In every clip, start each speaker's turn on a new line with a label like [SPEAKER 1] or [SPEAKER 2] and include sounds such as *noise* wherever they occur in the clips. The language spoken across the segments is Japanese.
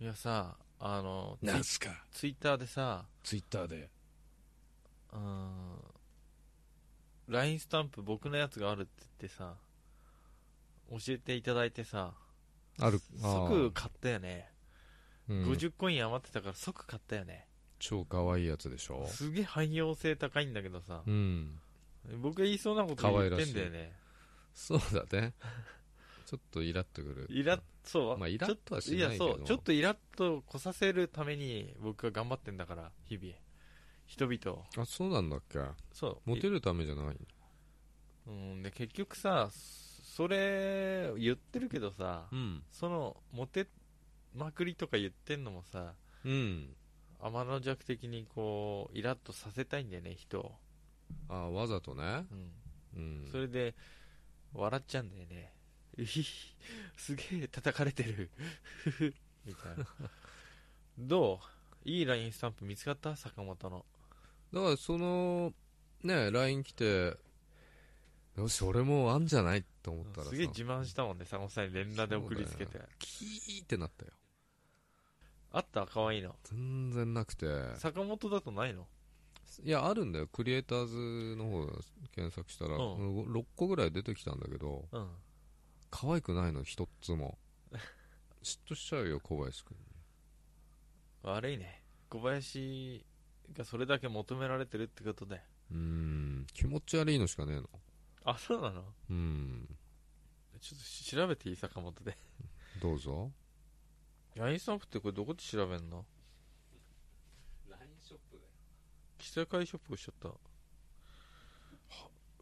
[SPEAKER 1] いやさ、あの、ツイ
[SPEAKER 2] なんすか
[SPEAKER 1] ツイッターでさ、
[SPEAKER 2] ツイッターで
[SPEAKER 1] うーん、LINE スタンプ僕のやつがあるって言ってさ、教えていただいてさ、
[SPEAKER 2] あるあ
[SPEAKER 1] 即買ったよね。
[SPEAKER 2] ーうん、
[SPEAKER 1] 50コイン余ってたから即買ったよね。
[SPEAKER 2] 超可愛いやつでしょ
[SPEAKER 1] すげえ汎用性高いんだけどさ
[SPEAKER 2] う、ん
[SPEAKER 1] 僕が言いそうなこと言ってんだよね。
[SPEAKER 2] そうだねちょっとイラっとくる
[SPEAKER 1] イラッ、そう、
[SPEAKER 2] まあイラッとはしないけど
[SPEAKER 1] や、そう、ちょっとイラッとこさせるために僕は頑張ってんだから、日々。人々を。
[SPEAKER 2] あそうなんだっけ
[SPEAKER 1] そう。
[SPEAKER 2] モテるためじゃない
[SPEAKER 1] うん、で結局さそれ言ってるけどさ、
[SPEAKER 2] うん
[SPEAKER 1] そのモテまくりとか言ってんのもさ
[SPEAKER 2] うん
[SPEAKER 1] 天の弱的にこうイラッとさせたいんだよね人を、
[SPEAKER 2] あわざとね
[SPEAKER 1] うん
[SPEAKER 2] うん
[SPEAKER 1] それで笑っちゃうんだよね *laughs* うひひすげえ叩かれてる *laughs* ふふみたいなどういい LINE スタンプ見つかった坂本の
[SPEAKER 2] だからそのね LINE 来てよし俺もあんじゃないと思ったらさ
[SPEAKER 1] すげえ自慢したもんね坂本さんに連打で送りつけ
[SPEAKER 2] そ
[SPEAKER 1] て、
[SPEAKER 2] キーってなったよ
[SPEAKER 1] あった可愛いの
[SPEAKER 2] 全然なくて
[SPEAKER 1] 坂本だとないの
[SPEAKER 2] いやあるんだよクリエイターズの方検索したら、
[SPEAKER 1] うん
[SPEAKER 2] 6個ぐらい出てきたんだけど
[SPEAKER 1] うん
[SPEAKER 2] 可愛くないの一つも嫉妬しちゃうよ小林君
[SPEAKER 1] 悪いね小林がそれだけ求められてるってことで
[SPEAKER 2] うーん気持ち悪いのしかねえの
[SPEAKER 1] あそうなの
[SPEAKER 2] うん
[SPEAKER 1] ちょっとし調べていい坂本 *laughs* で
[SPEAKER 2] どうぞ
[SPEAKER 1] LINE スタンプってこれどこで調べんの LINE ショップだよ記者会ショップをしちゃったは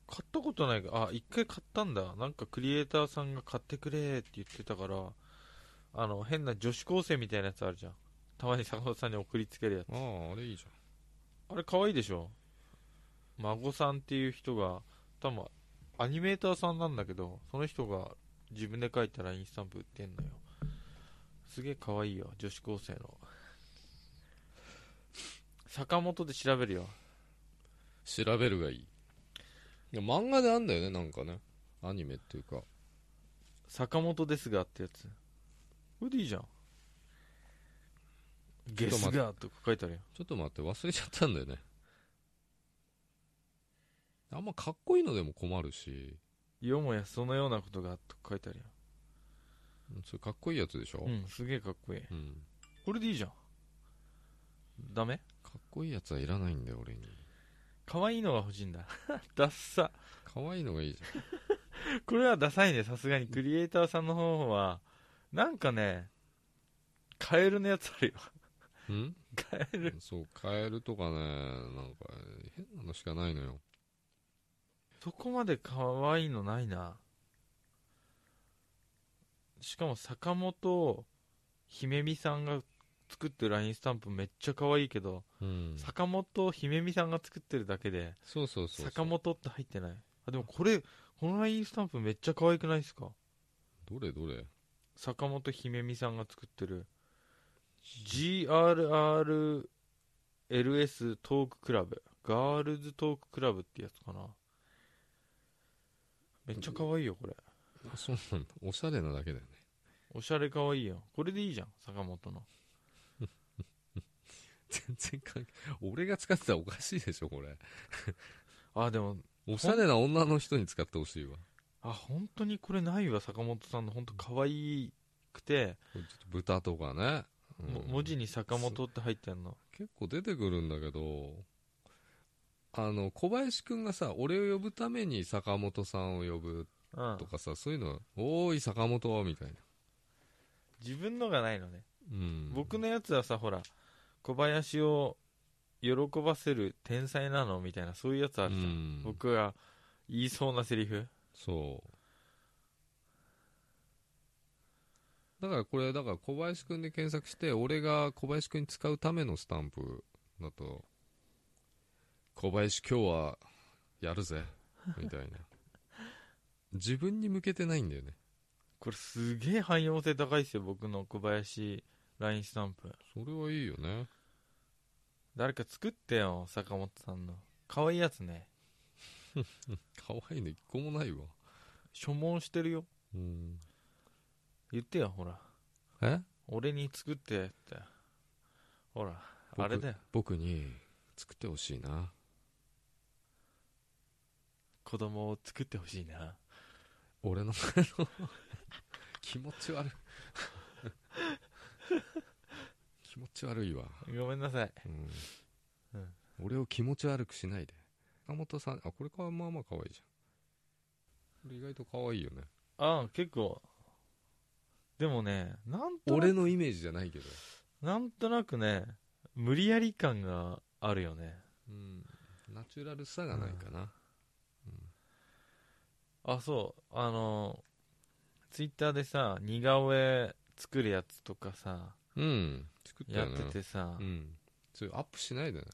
[SPEAKER 1] 買ったことないがあ一回買ったんだなんかクリエイターさんが買ってくれって言ってたからあの変な女子高生みたいなやつあるじゃんたまに坂本さんに送りつけるやつ
[SPEAKER 2] あああれいいじ
[SPEAKER 1] あれ可愛いでしょ孫さんっていう人が多分アニメーターさんなんだけどその人が自分で描いた LINE スタンプ売ってんのよすげえ可愛いよ女子高生の坂本で調べるよ
[SPEAKER 2] ゃん調べるがいいいや漫画であんだよねなんかねアニメっていうか
[SPEAKER 1] 坂本ですがってやつこれでいいじゃんゲスがとか書いてあるよ
[SPEAKER 2] ちょっと待って忘れちゃったんだよねあんまかっこいいのでも困るし
[SPEAKER 1] よもやそのようなことがとか書いてあるよ
[SPEAKER 2] それかっこいいやつでしょ
[SPEAKER 1] うんすげえかっこいい
[SPEAKER 2] うん
[SPEAKER 1] これでいいじゃんダメ
[SPEAKER 2] かっこいいやつはいらないんだよ俺に
[SPEAKER 1] 可愛いのが欲しいんだ *laughs* ダッサ
[SPEAKER 2] 可愛いのがいいじ
[SPEAKER 1] これはダサいねさすがにクリエイターさんの方はなんかねカエルのやつあるよ *laughs*
[SPEAKER 2] ゃんうん
[SPEAKER 1] カエル
[SPEAKER 2] そうカエルとかねなんか変なのしかないのよ
[SPEAKER 1] そこまで可愛いのないなしかも坂本姫美さんが作ってる LINE スタンプめっちゃ可愛いけど、
[SPEAKER 2] うん
[SPEAKER 1] 坂本姫美さんが作ってるだけで
[SPEAKER 2] そうそうそうそう
[SPEAKER 1] 坂本って入ってないあでもこれこの LINE スタンプめっちゃ可愛くないですか
[SPEAKER 2] どれどれ
[SPEAKER 1] 坂本姫美さんが作ってる GRRLS トーククラブガールズトーククラブってやつかなめっちゃ可愛いよこれ
[SPEAKER 2] あそうなんだおしゃれなだけだよね
[SPEAKER 1] おしゃれ可愛いよこれでいいじゃん坂本の
[SPEAKER 2] 全然関係俺が使ってたらおかしいでしょこれ
[SPEAKER 1] あでも
[SPEAKER 2] おしゃれな女の人に使ってほしいわ
[SPEAKER 1] あ本当にこれないわ坂本さんの本当可愛くて、
[SPEAKER 2] ちょっと豚とかね、うん
[SPEAKER 1] も文字に坂本って入ってんの
[SPEAKER 2] 結構出てくるんだけどあの小林くんがさ俺を呼ぶために坂本さんを呼ぶ
[SPEAKER 1] うん
[SPEAKER 2] とかさ、そういうの「おーい坂本」みたいな、
[SPEAKER 1] 自分のがないのね
[SPEAKER 2] うん、
[SPEAKER 1] 僕のやつはさほら小林を喜ばせる天才なのみたいなそういうやつあるじゃん、
[SPEAKER 2] うん
[SPEAKER 1] 僕が言いそうなセリフ
[SPEAKER 2] そうだからこれだから小林くんで検索して俺が小林くんに使うためのスタンプだと「小林今日はやるぜ」みたいな自分に向けてないんだよね
[SPEAKER 1] これすげえ汎用性高いっすよ僕の小林 LINE スタンプ
[SPEAKER 2] それはいいよね
[SPEAKER 1] 誰か作ってよ坂本さんの可愛いやつね
[SPEAKER 2] 可愛いの一個もないわ
[SPEAKER 1] 所望してるよ
[SPEAKER 2] うん
[SPEAKER 1] 言ってよほら
[SPEAKER 2] え
[SPEAKER 1] 俺に作ってってほら
[SPEAKER 2] 僕
[SPEAKER 1] あれだよ
[SPEAKER 2] 僕に作ってほしいな
[SPEAKER 1] 子供を作ってほしいな
[SPEAKER 2] 俺の前の *laughs* 気持ち悪い気持ち悪いわ、
[SPEAKER 1] ごめんなさい
[SPEAKER 2] うん
[SPEAKER 1] うん
[SPEAKER 2] 俺を気持ち悪くしないで坂本さんあこれかまあまあ可愛いじゃんこれ意外と可愛いよね
[SPEAKER 1] ああ結構でもねなんとな
[SPEAKER 2] 俺
[SPEAKER 1] く
[SPEAKER 2] のイメージじゃないけど、
[SPEAKER 1] なんとなくね無理やり感があるよね
[SPEAKER 2] うん、ナチュラルさがないかな、
[SPEAKER 1] あそうあのツイッターでさ似顔絵作るやつとかさ
[SPEAKER 2] うん作った
[SPEAKER 1] や
[SPEAKER 2] よ
[SPEAKER 1] っ
[SPEAKER 2] ね
[SPEAKER 1] ててさ、
[SPEAKER 2] うんそれアップしないでね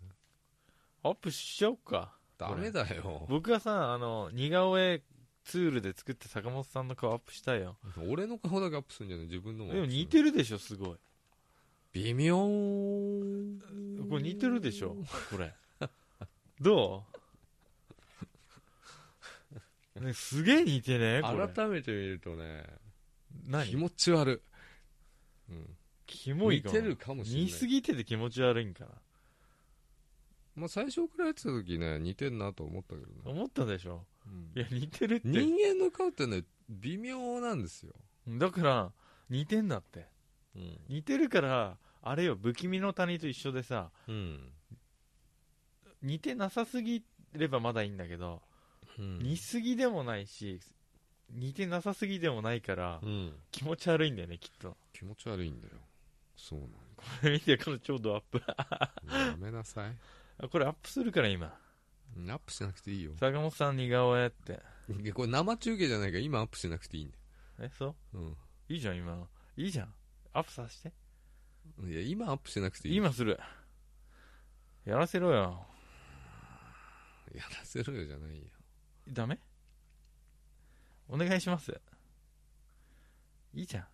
[SPEAKER 1] アップしちゃおうか
[SPEAKER 2] ダメだよ
[SPEAKER 1] 僕がさあの似顔絵ツールで作って坂本さんの顔アップしたいよ
[SPEAKER 2] 俺の顔だけアップするんじゃない自分のも
[SPEAKER 1] でも似てるでしょすごい
[SPEAKER 2] 微妙
[SPEAKER 1] これ似てるでしょこ
[SPEAKER 2] *laughs*
[SPEAKER 1] れどう、 *laughs* ね、すげえ似てねこれ
[SPEAKER 2] 改めて見るとね気
[SPEAKER 1] 何
[SPEAKER 2] 持ち悪い、うん
[SPEAKER 1] キモいかも
[SPEAKER 2] 似てるかもしれない
[SPEAKER 1] 似すぎてて気持ち悪いんかな
[SPEAKER 2] まあ、最初送られてた時ね似てんなと思ったけどね、
[SPEAKER 1] 思ったでしょいや似てるって
[SPEAKER 2] 人間の顔ってね微妙なんですよ、
[SPEAKER 1] だから似てんだって
[SPEAKER 2] うん
[SPEAKER 1] 似てるからあれよ不気味の谷と一緒でさ
[SPEAKER 2] うん
[SPEAKER 1] 似てなさすぎればまだいいんだけど、似すぎでもないし似てなさすぎでもないから、
[SPEAKER 2] うん、
[SPEAKER 1] 気持ち悪いんだよねきっと *laughs*
[SPEAKER 2] 気持ち悪いんだよそうなん
[SPEAKER 1] 見てこのちょうどアップ
[SPEAKER 2] だやめなさい
[SPEAKER 1] あこれアップするから今
[SPEAKER 2] うんアップしなくていいよ
[SPEAKER 1] 坂本さん似顔絵って
[SPEAKER 2] いやこれ生中継じゃないから今アップしなくていいんだ
[SPEAKER 1] えそ
[SPEAKER 2] よ、
[SPEAKER 1] ういいじゃん今のいいじゃんアップさせて
[SPEAKER 2] うん、いや今アップしなくていい
[SPEAKER 1] 今するやらせろよ
[SPEAKER 2] やらせろよじゃないよ
[SPEAKER 1] ダメお願いしますいいじゃん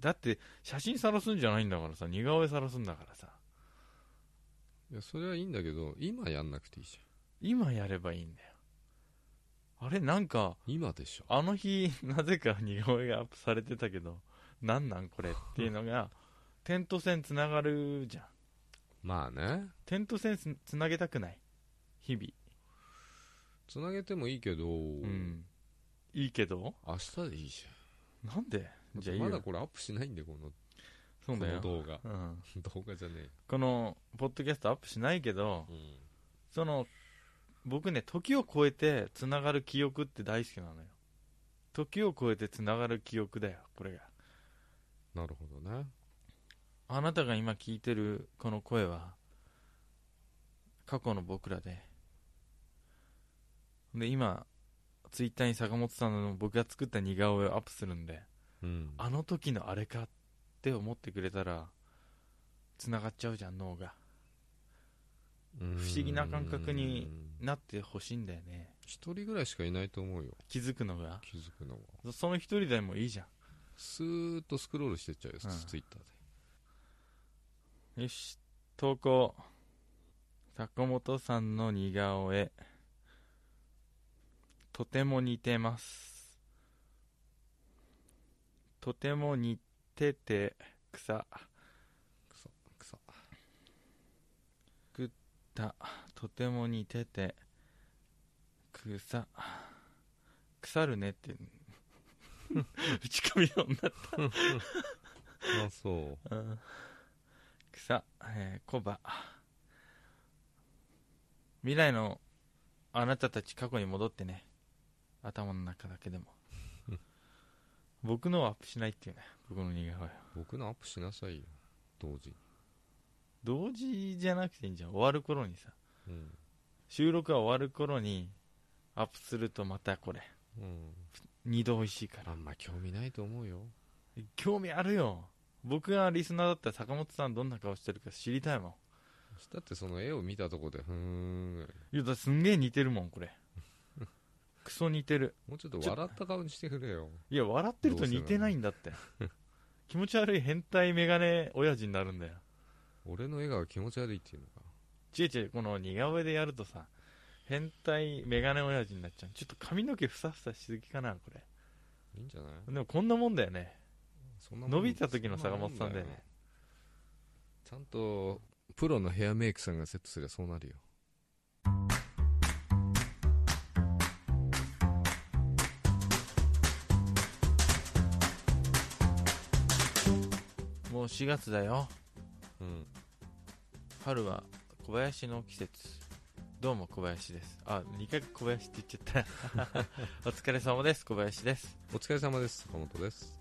[SPEAKER 1] だって写真晒すんじゃないんだからさ似顔絵晒すんだからさ
[SPEAKER 2] いやそれはいいんだけど今やんなくていいじ
[SPEAKER 1] 今やればいいんだよあれなんか
[SPEAKER 2] ゃん今でしょ
[SPEAKER 1] あの日 *laughs* なぜか似顔絵がアップされてたけどなんなんこれっていうのが *laughs* 点と線つながるじゃん
[SPEAKER 2] まあね
[SPEAKER 1] 点と線つつなげたくない日々
[SPEAKER 2] つなげてもいいけど、
[SPEAKER 1] うんいいけど
[SPEAKER 2] 明日でいいじ
[SPEAKER 1] なんで
[SPEAKER 2] ゃん
[SPEAKER 1] じゃあいい
[SPEAKER 2] ま
[SPEAKER 1] よ
[SPEAKER 2] だこれアップしないんだよこの
[SPEAKER 1] そうだよ
[SPEAKER 2] この動画 *laughs*
[SPEAKER 1] うん、
[SPEAKER 2] 動画じゃね
[SPEAKER 1] このポッドキャストアップしないけど
[SPEAKER 2] え、うん、
[SPEAKER 1] その僕ね時を超えてつながる記憶って大好きなのよ時を超えてつながる記憶だよこれが
[SPEAKER 2] なるほどね
[SPEAKER 1] あなたが今聞いてるこの声は過去の僕らでで今ツイッターに坂本さんの僕が作った似顔絵をアップするんで
[SPEAKER 2] うん
[SPEAKER 1] あの時のあれかって思ってくれたらつながっちゃうじゃん脳が
[SPEAKER 2] 不
[SPEAKER 1] 不思議な感覚になってほしいんだよね
[SPEAKER 2] 一人ぐらいしかいないと思うよ
[SPEAKER 1] 気づくのが
[SPEAKER 2] 気づくのは
[SPEAKER 1] その一人でもいいじゃ
[SPEAKER 2] スーッとスクロールしてっちゃうよ、
[SPEAKER 1] うん
[SPEAKER 2] ツイッター
[SPEAKER 1] ん
[SPEAKER 2] で
[SPEAKER 1] よし投稿坂本さんの似顔絵とても似てますとても似てて草
[SPEAKER 2] くそくそ
[SPEAKER 1] たとても似てて草 *laughs* 腐るねって *laughs* 打ち込みようになっ
[SPEAKER 2] *laughs* あそう
[SPEAKER 1] た、うん、草、えー、コバ未来のあなたたち過去に戻ってね頭の中だけでも僕のはアップしないっていうね僕の似顔絵
[SPEAKER 2] 僕のアップしなさいよ同時に
[SPEAKER 1] 同時じゃなくていいんじゃん終わる頃にさ
[SPEAKER 2] うん、
[SPEAKER 1] 収録が終わる頃にアップするとまたこれ
[SPEAKER 2] うん、
[SPEAKER 1] 二度美味しいから
[SPEAKER 2] あんま興味ないと思うよ
[SPEAKER 1] 興味あるよ僕がリスナーだったら坂本さんどんな顔してるか知りたいも
[SPEAKER 2] だってその絵を見たとこでふーん
[SPEAKER 1] んいやだってすんげえ似てるもんこれクソ似てる
[SPEAKER 2] もうちょっと笑った顔にしてくれよ
[SPEAKER 1] いや笑ってると似てないんだって *laughs* 気持ち悪い変態メガネ親父になるんだよ
[SPEAKER 2] 俺の笑顔気持ち悪いっていうのか
[SPEAKER 1] ちえちえこの似顔絵でやるとさ変態メガネ親父になっちゃうちょっと髪の毛ふさふさしすぎかなこれ
[SPEAKER 2] いいんじゃない
[SPEAKER 1] でもこんなもんだよね
[SPEAKER 2] そんなもん
[SPEAKER 1] 伸びた時の坂本さんだよね。
[SPEAKER 2] そんなもんだよちゃんと、プロのヘアメイクさんがセットすればそうなるよ。
[SPEAKER 1] もう4月だよ
[SPEAKER 2] うん。
[SPEAKER 1] 春は小林の季節どうも小林ですあ2回小林って言っちゃった *laughs* お疲れ様です小林です
[SPEAKER 2] お疲れ様です。坂本です。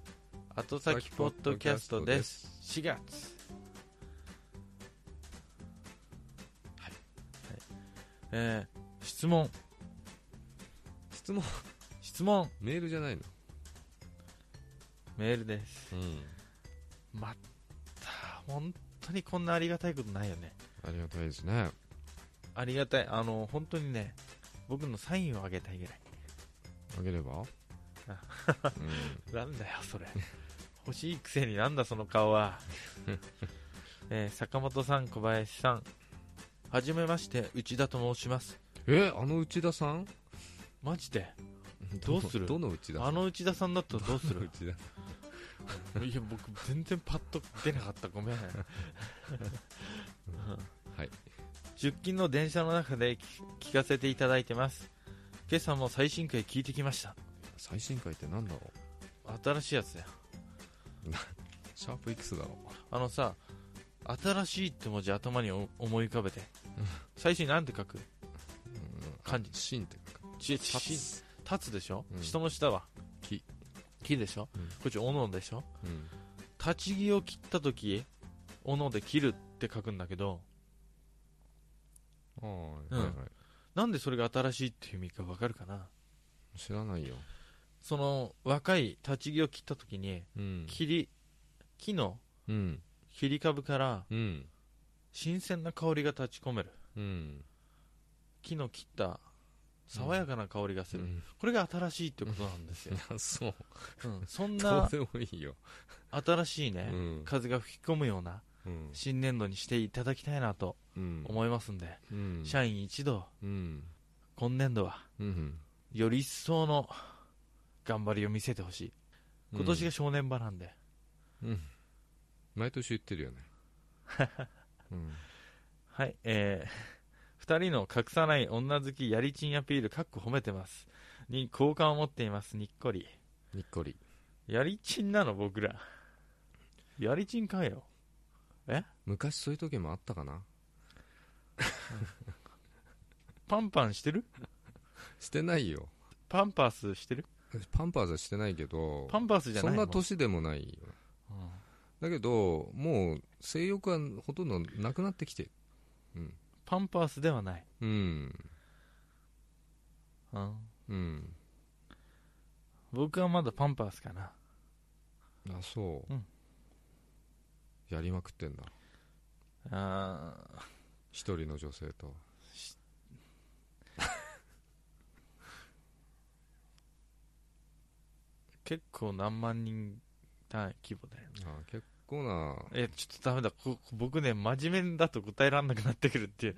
[SPEAKER 1] 後先ポッドキャストです
[SPEAKER 2] す。
[SPEAKER 1] 4月はい、はい、えー、質問
[SPEAKER 2] 質問、
[SPEAKER 1] 質問
[SPEAKER 2] メールじゃないの
[SPEAKER 1] メールです
[SPEAKER 2] うん。
[SPEAKER 1] また本当にこんなありがたいことないよね
[SPEAKER 2] ありがたいですね。
[SPEAKER 1] ありがたいあの本当にね僕のサインをあげたいぐらい
[SPEAKER 2] あげれ
[SPEAKER 1] *laughs*
[SPEAKER 2] ば
[SPEAKER 1] あ
[SPEAKER 2] うん
[SPEAKER 1] なんだよそ *laughs* れ欲しいくせになんだその顔 *laughs* は、えー坂本さん小林さんはじめまして内田と申します
[SPEAKER 2] え、あの内田さん
[SPEAKER 1] マジでどうする
[SPEAKER 2] どの内田さん
[SPEAKER 1] あの内田さんだったらどうす
[SPEAKER 2] どの
[SPEAKER 1] る
[SPEAKER 2] 内
[SPEAKER 1] *laughs*
[SPEAKER 2] 田
[SPEAKER 1] いや僕全然パッと出なかったごめん
[SPEAKER 2] はい。
[SPEAKER 1] 出勤の電車の中で聞聞かせていただいてます今朝も最新回聞いてきました
[SPEAKER 2] 最新回ってなんだろう
[SPEAKER 1] 新しいやつだよ
[SPEAKER 2] シャープいくつだろ
[SPEAKER 1] あのさ新しいって文字頭にお思い浮かべて最初に何て書く
[SPEAKER 2] ううん
[SPEAKER 1] 漢字
[SPEAKER 2] シンって書く。
[SPEAKER 1] ちち
[SPEAKER 2] 立
[SPEAKER 1] 立
[SPEAKER 2] つ
[SPEAKER 1] つでしょ、
[SPEAKER 2] うん
[SPEAKER 1] 人の下は
[SPEAKER 2] 木
[SPEAKER 1] 木でしょ、
[SPEAKER 2] うん
[SPEAKER 1] こっち斧でしょ
[SPEAKER 2] うん。
[SPEAKER 1] 立ち木を切った時斧で切るって書くんだけど
[SPEAKER 2] あ
[SPEAKER 1] う
[SPEAKER 2] あ、
[SPEAKER 1] ん
[SPEAKER 2] はいはい。
[SPEAKER 1] なんでそれが新しいっていう意味かわかるかな
[SPEAKER 2] 知らないよ。
[SPEAKER 1] その若い立ち木を切った時に
[SPEAKER 2] うん。
[SPEAKER 1] 切り木の
[SPEAKER 2] うん。
[SPEAKER 1] 切り株から
[SPEAKER 2] うん。
[SPEAKER 1] 新鮮な香りが立ち込める
[SPEAKER 2] うん。
[SPEAKER 1] 木の切った爽やかな香りがする、
[SPEAKER 2] うん
[SPEAKER 1] これが新しいってことなんですよ
[SPEAKER 2] い、や、そう。
[SPEAKER 1] うん、そん
[SPEAKER 2] ど
[SPEAKER 1] な
[SPEAKER 2] うでもいいよ。
[SPEAKER 1] 新しいうね、
[SPEAKER 2] ん。
[SPEAKER 1] 風が吹き込むような
[SPEAKER 2] うん。
[SPEAKER 1] 新年度にしていただきたいなと
[SPEAKER 2] うん。
[SPEAKER 1] 思いますんで、
[SPEAKER 2] うん。
[SPEAKER 1] 社員一同
[SPEAKER 2] うん。
[SPEAKER 1] 今年度は
[SPEAKER 2] うん。
[SPEAKER 1] より一層の頑張りを見せてほしい今年が正念場なんで、
[SPEAKER 2] うん。毎年言って
[SPEAKER 1] *laughs*
[SPEAKER 2] るよね。うん。
[SPEAKER 1] はいえー、2人の隠さない女好きやりちんアピールかっこ褒めてますに好感を持っていますにっこり
[SPEAKER 2] にっこり。
[SPEAKER 1] やりちんなの僕らやりちんかよ
[SPEAKER 2] 昔そういう時もあったかな
[SPEAKER 1] パンパンしてる
[SPEAKER 2] してないよ。
[SPEAKER 1] パンパースしてる
[SPEAKER 2] パンパーズはしてないけど、
[SPEAKER 1] パンパースじゃ
[SPEAKER 2] そ
[SPEAKER 1] ない
[SPEAKER 2] んな
[SPEAKER 1] もう
[SPEAKER 2] 年でもないよ。
[SPEAKER 1] うん
[SPEAKER 2] だけど、もう性欲はほとんどなくなってきてる。
[SPEAKER 1] パンパースではない、
[SPEAKER 2] うん。
[SPEAKER 1] うん、
[SPEAKER 2] うん。
[SPEAKER 1] 僕はまだパンパースかな
[SPEAKER 2] あ、そう。
[SPEAKER 1] うん
[SPEAKER 2] やりまくってんだ。
[SPEAKER 1] あー
[SPEAKER 2] 一人の女性と。
[SPEAKER 1] 結構何万人単位規模だよ
[SPEAKER 2] あ結構な、
[SPEAKER 1] えちょっとダメだここ僕ね真面目だと答えられなくなってくるっていう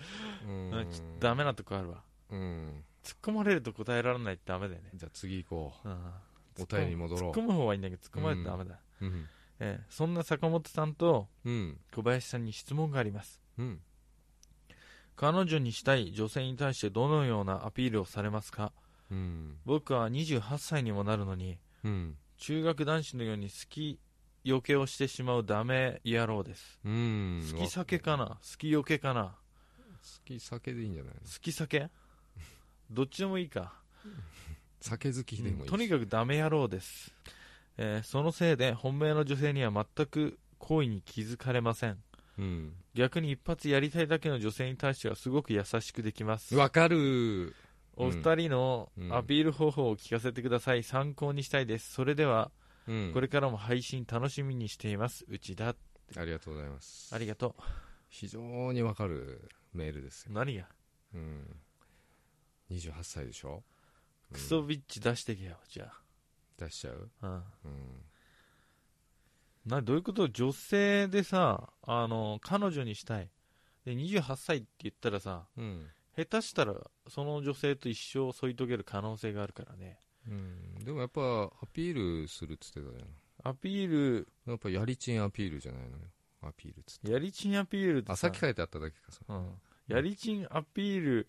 [SPEAKER 2] うん
[SPEAKER 1] うんちょっとダメなとこあるわ
[SPEAKER 2] うん。
[SPEAKER 1] 突っ込まれると答えられないってダメだよね
[SPEAKER 2] じゃあ次行こ
[SPEAKER 1] うん
[SPEAKER 2] う。お便りに戻ろ
[SPEAKER 1] 突っ込む方はいいんだけど突っ込まれるとダメだ、
[SPEAKER 2] う。うん。
[SPEAKER 1] ええそんな坂本さんと
[SPEAKER 2] うん。
[SPEAKER 1] 小林さんに質問があります
[SPEAKER 2] うん。
[SPEAKER 1] 彼女にしたい女性に対してどのようなアピールをされますか
[SPEAKER 2] うん。
[SPEAKER 1] 僕は28歳にもなるのに
[SPEAKER 2] うん。
[SPEAKER 1] 中学男子のように好きよけをしてしまうダメ野郎です
[SPEAKER 2] うん。
[SPEAKER 1] 好き酒かな好きよけかな
[SPEAKER 2] 好き酒でいいんじゃないの
[SPEAKER 1] 好き酒どっちでもいいか
[SPEAKER 2] 酒好きでもいいし、
[SPEAKER 1] とにかくダメ野郎です、えーそのせいで本命の女性には全く好意に気づかれません
[SPEAKER 2] うん
[SPEAKER 1] 逆に一発やりたいだけの女性に対してはすごく優しくできます
[SPEAKER 2] わかる
[SPEAKER 1] お二人のアピール方法を聞かせてください、参考にしたいですそれでは
[SPEAKER 2] うん
[SPEAKER 1] これからも配信楽しみにしています内田
[SPEAKER 2] ありがとうございます
[SPEAKER 1] ありがと
[SPEAKER 2] 非常にわかるメールですよ、
[SPEAKER 1] う何が
[SPEAKER 2] うん、28歳でしょ
[SPEAKER 1] クソビッチ出してけよじゃ
[SPEAKER 2] 出しちゃう、
[SPEAKER 1] あ、うん、
[SPEAKER 2] うん、
[SPEAKER 1] などういうこと女性でさあの彼女にしたいで28歳って言ったらさ
[SPEAKER 2] うん
[SPEAKER 1] 下手したらその女性と一生添い遂げる可能性があるからね
[SPEAKER 2] でもやっぱアピールするっつってたじゃん
[SPEAKER 1] アピール、
[SPEAKER 2] やっぱやりちんアピールじゃないのよアピールっつって
[SPEAKER 1] やりちんアピールって
[SPEAKER 2] あさっき書いてあっただけかそれ
[SPEAKER 1] うん、やりちんアピール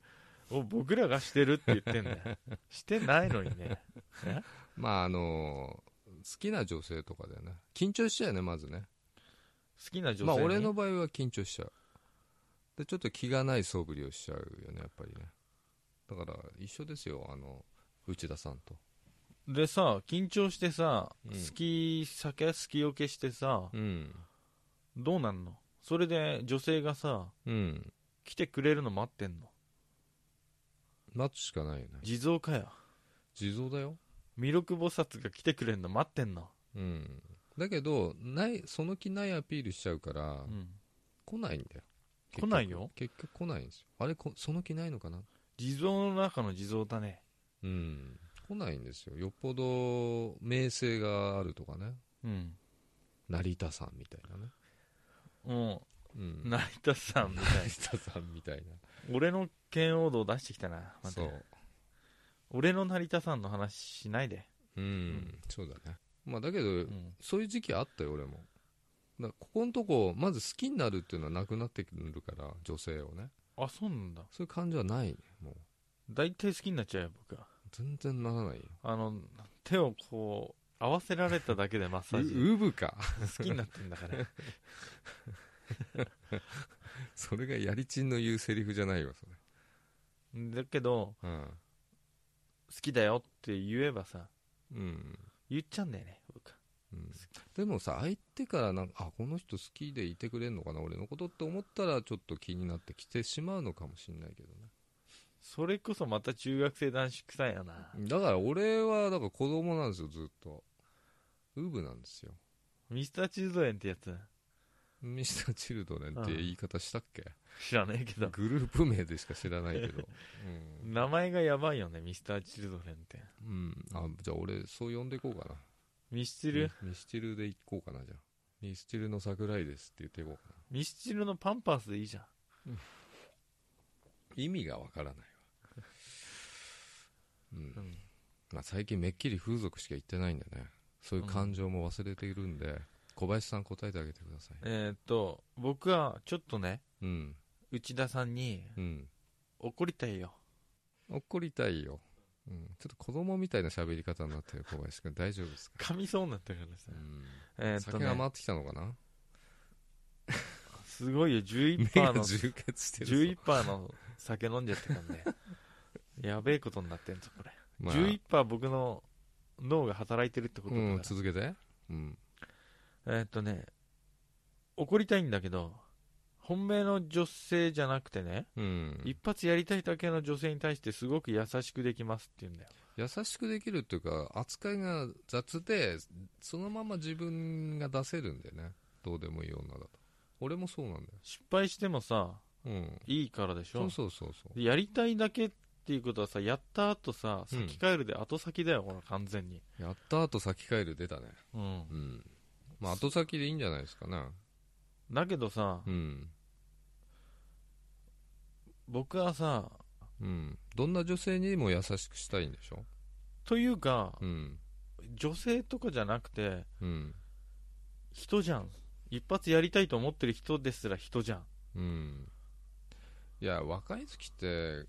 [SPEAKER 1] を僕らがしてるって言ってんだ
[SPEAKER 2] *laughs*
[SPEAKER 1] よしてないのにね
[SPEAKER 2] まああのー好きな女性とかだよね緊張しちゃうよねまずね
[SPEAKER 1] 好きな女性に、
[SPEAKER 2] まあ俺の場合は緊張しちゃうでちょっと気がない素振りをしちゃうよねやっぱりねだから一緒ですよあの内田さんと
[SPEAKER 1] でさ緊張してさ、
[SPEAKER 2] うん
[SPEAKER 1] 好き酒好きよけしてさ
[SPEAKER 2] うん
[SPEAKER 1] どうなんのそれで女性がさ
[SPEAKER 2] うん
[SPEAKER 1] 来てくれるの待ってんの
[SPEAKER 2] 待つしかないよね
[SPEAKER 1] 地蔵かよ
[SPEAKER 2] 地蔵だよ
[SPEAKER 1] 弥勒菩薩が来てくれるの待ってんの、
[SPEAKER 2] うんだけどないその気ないアピールしちゃうから、
[SPEAKER 1] うん、
[SPEAKER 2] 来ないんだよ
[SPEAKER 1] 来
[SPEAKER 2] 結局
[SPEAKER 1] ないよ
[SPEAKER 2] 結局来ないんですよあれこその気ないのかな
[SPEAKER 1] 地蔵の中の地蔵だね
[SPEAKER 2] うん来ないんですよよっぽど名声があるとかね
[SPEAKER 1] うん
[SPEAKER 2] 成田さんみたいなね、
[SPEAKER 1] も
[SPEAKER 2] うん
[SPEAKER 1] う、成田さんみたいな
[SPEAKER 2] 成田さんみたい
[SPEAKER 1] *laughs* 俺の剣王道出してきたな、
[SPEAKER 2] な
[SPEAKER 1] また
[SPEAKER 2] そう
[SPEAKER 1] 俺の成田さんの話しないで、
[SPEAKER 2] うん、そうだねまあだけど、
[SPEAKER 1] うん
[SPEAKER 2] そういう時期あったよ俺もだからここのとこまず好きになるっていうのはなくなってくるから女性をね
[SPEAKER 1] あそうなんだ
[SPEAKER 2] そういう感じはないねもう
[SPEAKER 1] 大体好きになっちゃうよ僕は
[SPEAKER 2] 全然ならないよ
[SPEAKER 1] あの手をこう合わせられただけでマッサージ
[SPEAKER 2] うぶか *laughs*
[SPEAKER 1] 好きになってんだから *laughs*
[SPEAKER 2] それがやりちんの言うセリフじゃないわそ
[SPEAKER 1] だけど
[SPEAKER 2] れうん、
[SPEAKER 1] 好きだよって言えばさ
[SPEAKER 2] うん
[SPEAKER 1] 言っちゃうんだよね僕は
[SPEAKER 2] うんでもさ相手からなんかあこの人好きでいてくれるのかな俺のことって思ったらちょっと気になってきてしまうのかもしれないけどね
[SPEAKER 1] それこそまた中学生男子臭いよな
[SPEAKER 2] だから俺はだから子供なんですよずっとウブなんですよ
[SPEAKER 1] ミスターチルドレンってやつ
[SPEAKER 2] ミスター・チルドレンって言い方したっけ、
[SPEAKER 1] 知らねえけど
[SPEAKER 2] グループ名でしか知らないけ
[SPEAKER 1] *laughs*
[SPEAKER 2] ど、うん
[SPEAKER 1] 名前がやばいよねミスターチルドレンって
[SPEAKER 2] うんあじゃあ俺そう呼んでいこうかな
[SPEAKER 1] ミスチル、
[SPEAKER 2] ミミスチルでいこうかなじゃあミスチルの桜井ですって言っていこうか
[SPEAKER 1] ミスチルのパンパースでいいじゃん
[SPEAKER 2] な意味がわからないわ、うん
[SPEAKER 1] うん
[SPEAKER 2] まあ、最近めっきり風俗しか行ってないんでねそういう感情も忘れているんで、小林さん答えてあげてください
[SPEAKER 1] えーっと僕はちょっとね
[SPEAKER 2] うん
[SPEAKER 1] 内田さんに
[SPEAKER 2] うん
[SPEAKER 1] 怒りたいよ
[SPEAKER 2] 怒りたいよ、うん、ちょっと子供みたいな喋り方になってる小林君大丈夫ですか、
[SPEAKER 1] 噛みそうになったからさ、
[SPEAKER 2] うん
[SPEAKER 1] えーっと
[SPEAKER 2] 酒が
[SPEAKER 1] ね
[SPEAKER 2] 回ってきたのかな
[SPEAKER 1] すごいよ
[SPEAKER 2] 目
[SPEAKER 1] 11パー
[SPEAKER 2] が
[SPEAKER 1] の
[SPEAKER 2] 充血してる
[SPEAKER 1] 11パーの酒飲んじゃったからねやべえことになってんぞこれ、
[SPEAKER 2] まあ
[SPEAKER 1] 11パー僕の脳が働いてるってことだ
[SPEAKER 2] う
[SPEAKER 1] から、
[SPEAKER 2] ん続けてうん
[SPEAKER 1] えーっとね怒りたいんだけど本命の女性じゃなくてね、
[SPEAKER 2] うん
[SPEAKER 1] 一発やりたいだけの女性に対してすごく優しくできますって言うんだよ
[SPEAKER 2] 優しくできるっていうか扱いが雑でそのまま自分が出せるんだよねどうでもいい女だと俺もそうなんだよ
[SPEAKER 1] 失敗してもさ
[SPEAKER 2] うん
[SPEAKER 1] いいからでしょ
[SPEAKER 2] そうそうそうそう
[SPEAKER 1] でやりたいだけっていうことはさやった後さ
[SPEAKER 2] うん
[SPEAKER 1] 先帰るで後先だよ、ほら完全に
[SPEAKER 2] やった後先帰る出たね。
[SPEAKER 1] うん
[SPEAKER 2] うん。まあ後先でいいんじゃないですかね。
[SPEAKER 1] だけどさ、
[SPEAKER 2] うん。
[SPEAKER 1] 僕はさ
[SPEAKER 2] うん。どんな女性にも優しくしたいんでしょ
[SPEAKER 1] というか、
[SPEAKER 2] うん。
[SPEAKER 1] 女性とかじゃなくて
[SPEAKER 2] うん。
[SPEAKER 1] 人じゃん一発やりたいと思ってる人ですら人じゃん
[SPEAKER 2] うん。いや、若い時って、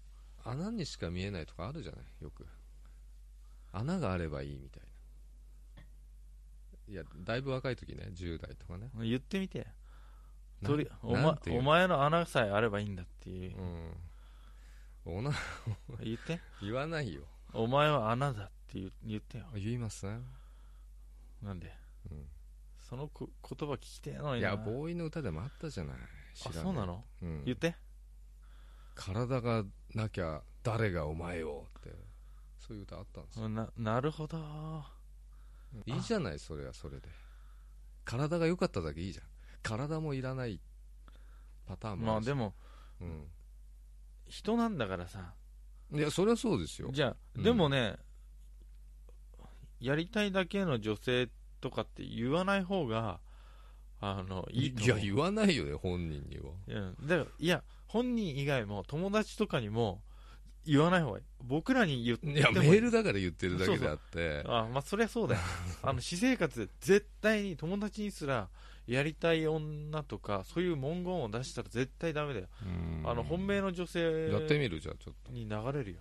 [SPEAKER 2] 穴にしか見えないとかあるじゃないよく。穴があればいいみたいな。いや、だいぶ若い時ね、10代とかね。
[SPEAKER 1] 言ってみて
[SPEAKER 2] な
[SPEAKER 1] とりお,、
[SPEAKER 2] なん
[SPEAKER 1] ま
[SPEAKER 2] て、言う。
[SPEAKER 1] お前の穴さえあればいいんだっていううん
[SPEAKER 2] おな、
[SPEAKER 1] 言って
[SPEAKER 2] 言わないよ。
[SPEAKER 1] お前は穴だって言言ってよ
[SPEAKER 2] 言いますね。
[SPEAKER 1] なんで
[SPEAKER 2] うん。
[SPEAKER 1] そのこ言葉聞きてえのに
[SPEAKER 2] い
[SPEAKER 1] な
[SPEAKER 2] や、ボーイの歌でもあったじゃない。知
[SPEAKER 1] あ
[SPEAKER 2] らい
[SPEAKER 1] そうなの、
[SPEAKER 2] うん
[SPEAKER 1] 言って
[SPEAKER 2] 体がなきゃ誰がお前をってそういう歌あったんですよ、
[SPEAKER 1] ななるほど
[SPEAKER 2] いいじゃないそれはそれで体が良かっただけいいじゃん体もいらないパターンも
[SPEAKER 1] ま
[SPEAKER 2] あ
[SPEAKER 1] あ
[SPEAKER 2] るし
[SPEAKER 1] でも
[SPEAKER 2] う
[SPEAKER 1] 人なんだからさ
[SPEAKER 2] ん、いやそれはそうですよ
[SPEAKER 1] じゃあ、
[SPEAKER 2] うん
[SPEAKER 1] でもねやりたいだけの女性とかって言わない方があのいいと
[SPEAKER 2] いや
[SPEAKER 1] 思う
[SPEAKER 2] 言わないよね本人には
[SPEAKER 1] うんだからいや本人以外も友達とかにも言わない方がいい僕らに言って
[SPEAKER 2] いや、メ
[SPEAKER 1] もいい
[SPEAKER 2] ールだから言ってるだけであって、
[SPEAKER 1] あまあそりゃそう
[SPEAKER 2] *laughs*
[SPEAKER 1] だよあの私生活で絶対に友達にすらやりたい女とかそういう文言を出したら絶対ダメだよ、
[SPEAKER 2] うん
[SPEAKER 1] あの本命の女性
[SPEAKER 2] やってみるじゃあちょっと
[SPEAKER 1] に流れるよ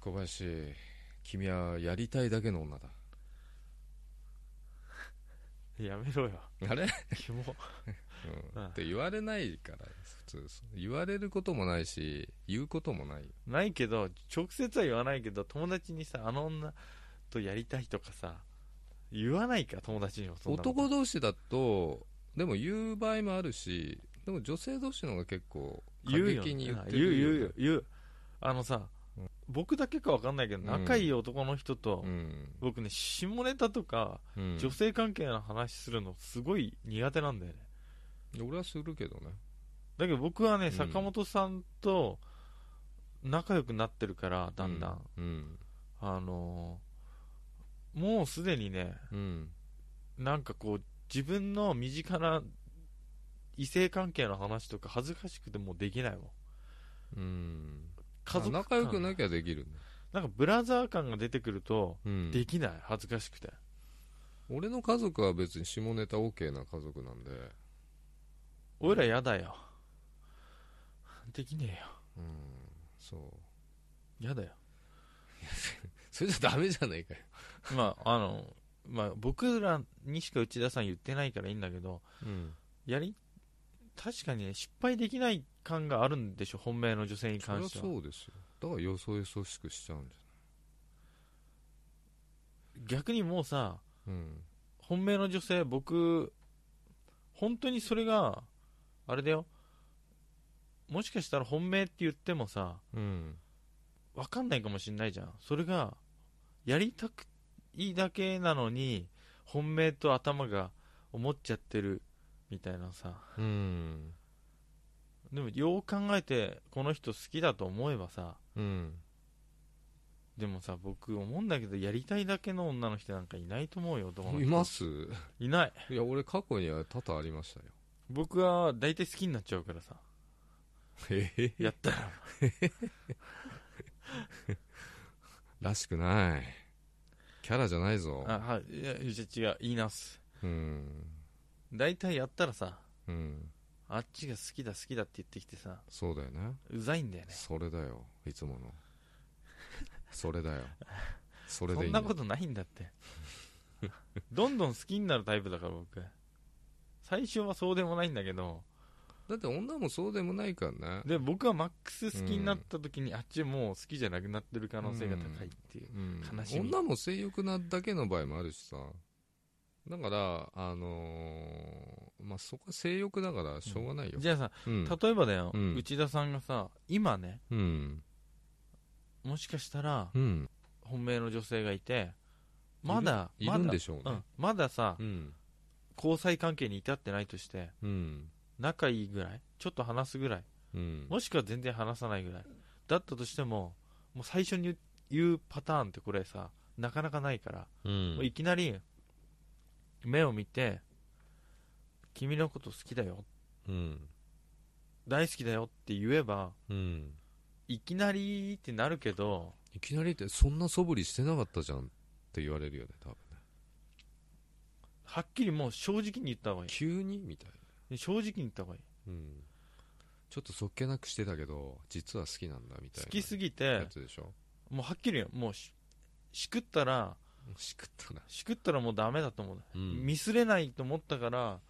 [SPEAKER 2] 小林君はやりたいだけの女だ
[SPEAKER 1] やめろよ
[SPEAKER 2] あれ、
[SPEAKER 1] キモ
[SPEAKER 2] う
[SPEAKER 1] うん
[SPEAKER 2] ん、って言われないから普通言われることもないし言うこともないよ
[SPEAKER 1] ないけど直接は言わないけど友達にさあの女とやりたいとかさ言わないか友達にもそんなこと
[SPEAKER 2] 男同士だとでも言う場合もあるしでも女性同士の方が結構過
[SPEAKER 1] 言うよ
[SPEAKER 2] 激に言って
[SPEAKER 1] 言う
[SPEAKER 2] る
[SPEAKER 1] 言
[SPEAKER 2] よ
[SPEAKER 1] う
[SPEAKER 2] ね
[SPEAKER 1] よ言うあのさ、僕だけか分かんないけど
[SPEAKER 2] うん
[SPEAKER 1] 仲いい男の人と、
[SPEAKER 2] うん
[SPEAKER 1] 僕ね下ネタとか
[SPEAKER 2] うん
[SPEAKER 1] 女性関係の話するのすごい苦手なんだよね
[SPEAKER 2] 俺はするけどね
[SPEAKER 1] だけど僕はね、
[SPEAKER 2] うん
[SPEAKER 1] 坂本さんと仲良くなってるからだんだん、
[SPEAKER 2] うん
[SPEAKER 1] あのーもうすでにね
[SPEAKER 2] うん
[SPEAKER 1] なんかこう自分の身近な異性関係の話とか恥ずかしくてもうできないもん
[SPEAKER 2] うん
[SPEAKER 1] 家族
[SPEAKER 2] あ仲良く
[SPEAKER 1] な
[SPEAKER 2] なきゃできるね
[SPEAKER 1] なんかブラザー感が出てくると
[SPEAKER 2] うん
[SPEAKER 1] できない恥ずかしくて
[SPEAKER 2] 俺の家族は別に下ネタ OK な家族なんで、
[SPEAKER 1] 俺らやだよできね
[SPEAKER 2] うん、そう
[SPEAKER 1] えよやだよ
[SPEAKER 2] それじゃダメじゃないかよ、
[SPEAKER 1] まああのまあ僕らにしか内田さん言ってないからいいんだけど
[SPEAKER 2] うん、
[SPEAKER 1] やり確かにね失敗できない感があるんでしょ本命の女性に
[SPEAKER 2] そり
[SPEAKER 1] 関
[SPEAKER 2] ゃ
[SPEAKER 1] しては
[SPEAKER 2] そうですよだからよそよそしくしちゃうんじ
[SPEAKER 1] 逆にもうさ
[SPEAKER 2] ゃない、うん、
[SPEAKER 1] 本命の女性僕本当にそれがあれだよもしかしたら本命って言ってもさ
[SPEAKER 2] うん、
[SPEAKER 1] 分かんないかもしんないじゃんそれがやりたくいいだけなのに本命と頭が思っちゃってるみたいなさ
[SPEAKER 2] うん、
[SPEAKER 1] でもよう考えてこの人好きだと思えばさ
[SPEAKER 2] うん、
[SPEAKER 1] でもさ僕思うんだけどやりたいだけの女の人なんかいないと思うよ男の人
[SPEAKER 2] います
[SPEAKER 1] いない
[SPEAKER 2] いや、俺、過去には多々ありましたよ。
[SPEAKER 1] 僕は大体好きになっちゃうからさ
[SPEAKER 2] え
[SPEAKER 1] やったら
[SPEAKER 2] らしくない。キャラじゃないぞ。
[SPEAKER 1] あはいいやじゃ違う言い直す
[SPEAKER 2] うん、
[SPEAKER 1] 大体やったらさ
[SPEAKER 2] うん、
[SPEAKER 1] あっちが好きだ好きだって言ってきてさ
[SPEAKER 2] そうだよね。
[SPEAKER 1] うざいんだよね
[SPEAKER 2] それだよ、いつもの。それだよ。それ
[SPEAKER 1] そ
[SPEAKER 2] でいい
[SPEAKER 1] ん
[SPEAKER 2] だ
[SPEAKER 1] な
[SPEAKER 2] よ
[SPEAKER 1] ことないんだって *laughs* どんどん好きになるタイプだから僕最初はそうでもないんだけど
[SPEAKER 2] だって女もそうでもないからね。
[SPEAKER 1] で僕はマックス好きになった時に、あっちもう好きじゃなくなってる可能性が高いっていう、
[SPEAKER 2] うん
[SPEAKER 1] 悲しみ
[SPEAKER 2] 女も性欲なだけの場合もあるしさだからあのーまあそこは性欲だからしょうがないよ、
[SPEAKER 1] じゃあさ
[SPEAKER 2] うん
[SPEAKER 1] 例えばだよ、
[SPEAKER 2] うん
[SPEAKER 1] 内田さんがさ今ね
[SPEAKER 2] うん
[SPEAKER 1] もしかしたら
[SPEAKER 2] うん
[SPEAKER 1] 本命の女性がいてまだ
[SPEAKER 2] い
[SPEAKER 1] ま
[SPEAKER 2] るん
[SPEAKER 1] だ
[SPEAKER 2] でしょう
[SPEAKER 1] う
[SPEAKER 2] ね
[SPEAKER 1] ん、まださ、
[SPEAKER 2] うん
[SPEAKER 1] 交際関係に至ってないとして
[SPEAKER 2] うん
[SPEAKER 1] 仲いいぐらいちょっと話すぐらい
[SPEAKER 2] うん
[SPEAKER 1] もしくは全然話さないぐらいだったとしてももう最初に言う言うパターンってこれさなかなかないから、
[SPEAKER 2] うん
[SPEAKER 1] もういきなり目を見て君のこと好きだよ
[SPEAKER 2] うん
[SPEAKER 1] 大好きだよって言えば
[SPEAKER 2] うん
[SPEAKER 1] いきなりってなるけど
[SPEAKER 2] いきなりってそんな素振りしてなかったじゃんって言われるよね多分ね
[SPEAKER 1] はっきりもう正直に言った方がい
[SPEAKER 2] 急にみたいない
[SPEAKER 1] 正直に言った方がいい
[SPEAKER 2] うんちょっとそっけなくしてたけど実は好きなんだみたいな
[SPEAKER 1] 好きすぎ
[SPEAKER 2] や
[SPEAKER 1] て
[SPEAKER 2] つでしょ
[SPEAKER 1] もうはっきりよもうししくったら
[SPEAKER 2] しくったな
[SPEAKER 1] しくったらもうダメだと思う、
[SPEAKER 2] うん
[SPEAKER 1] ミスれないと思ったから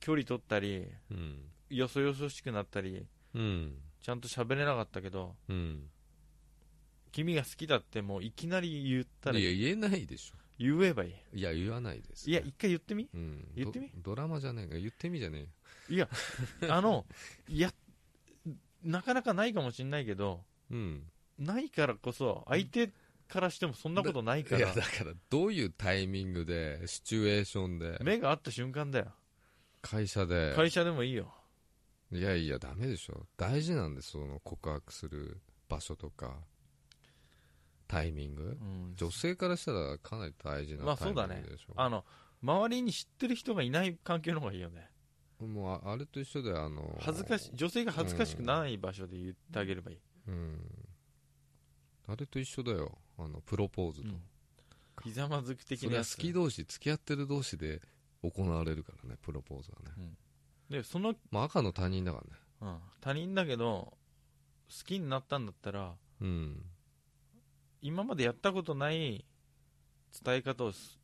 [SPEAKER 1] 距離取ったり
[SPEAKER 2] うん
[SPEAKER 1] よそよそしくなったり
[SPEAKER 2] うん
[SPEAKER 1] ちゃんと喋れなかったけど
[SPEAKER 2] うん
[SPEAKER 1] 君が好きだってもういきなり言ったら
[SPEAKER 2] いや言えないでし
[SPEAKER 1] 言えばいい
[SPEAKER 2] ょいや言わないです
[SPEAKER 1] いや一回言ってみ
[SPEAKER 2] うん、
[SPEAKER 1] 言ってみ
[SPEAKER 2] ドドラマじゃねえか言ってみじゃねえよ
[SPEAKER 1] いやあのいやなかなかないかもしれないけど
[SPEAKER 2] うん
[SPEAKER 1] ないからこそ相手からしてもそんなことない
[SPEAKER 2] い
[SPEAKER 1] か
[SPEAKER 2] や
[SPEAKER 1] ら
[SPEAKER 2] だからどういうタイミングでシチュエーションで
[SPEAKER 1] 目が合った瞬間だよ
[SPEAKER 2] 会社で
[SPEAKER 1] 会社でもいいよ
[SPEAKER 2] いやいやダメでしょ大事なんですその告白する場所とかタイミング
[SPEAKER 1] うん
[SPEAKER 2] 女性からしたらかなり大事
[SPEAKER 1] ま
[SPEAKER 2] な
[SPEAKER 1] あ
[SPEAKER 2] タ
[SPEAKER 1] そう
[SPEAKER 2] イミ
[SPEAKER 1] だ
[SPEAKER 2] ン
[SPEAKER 1] ね
[SPEAKER 2] グでしょ、
[SPEAKER 1] あの周りに知ってる人がいない環境の方がいいよね
[SPEAKER 2] もうああれと一緒であの
[SPEAKER 1] 恥ずかし女性が恥ずかしくない場所で言ってあげればいい、
[SPEAKER 2] うんあれと一緒だよあのプロポーズと、
[SPEAKER 1] うんひざまずき的
[SPEAKER 2] そ
[SPEAKER 1] な
[SPEAKER 2] れ
[SPEAKER 1] や
[SPEAKER 2] は
[SPEAKER 1] つ
[SPEAKER 2] 好き同士付き合ってる同士で行われるからねプロポーズはね、
[SPEAKER 1] でその、
[SPEAKER 2] まあ、赤の他人だからね
[SPEAKER 1] うん他人だけど好きになったんだったら
[SPEAKER 2] うん
[SPEAKER 1] 今までやったことない伝え方をす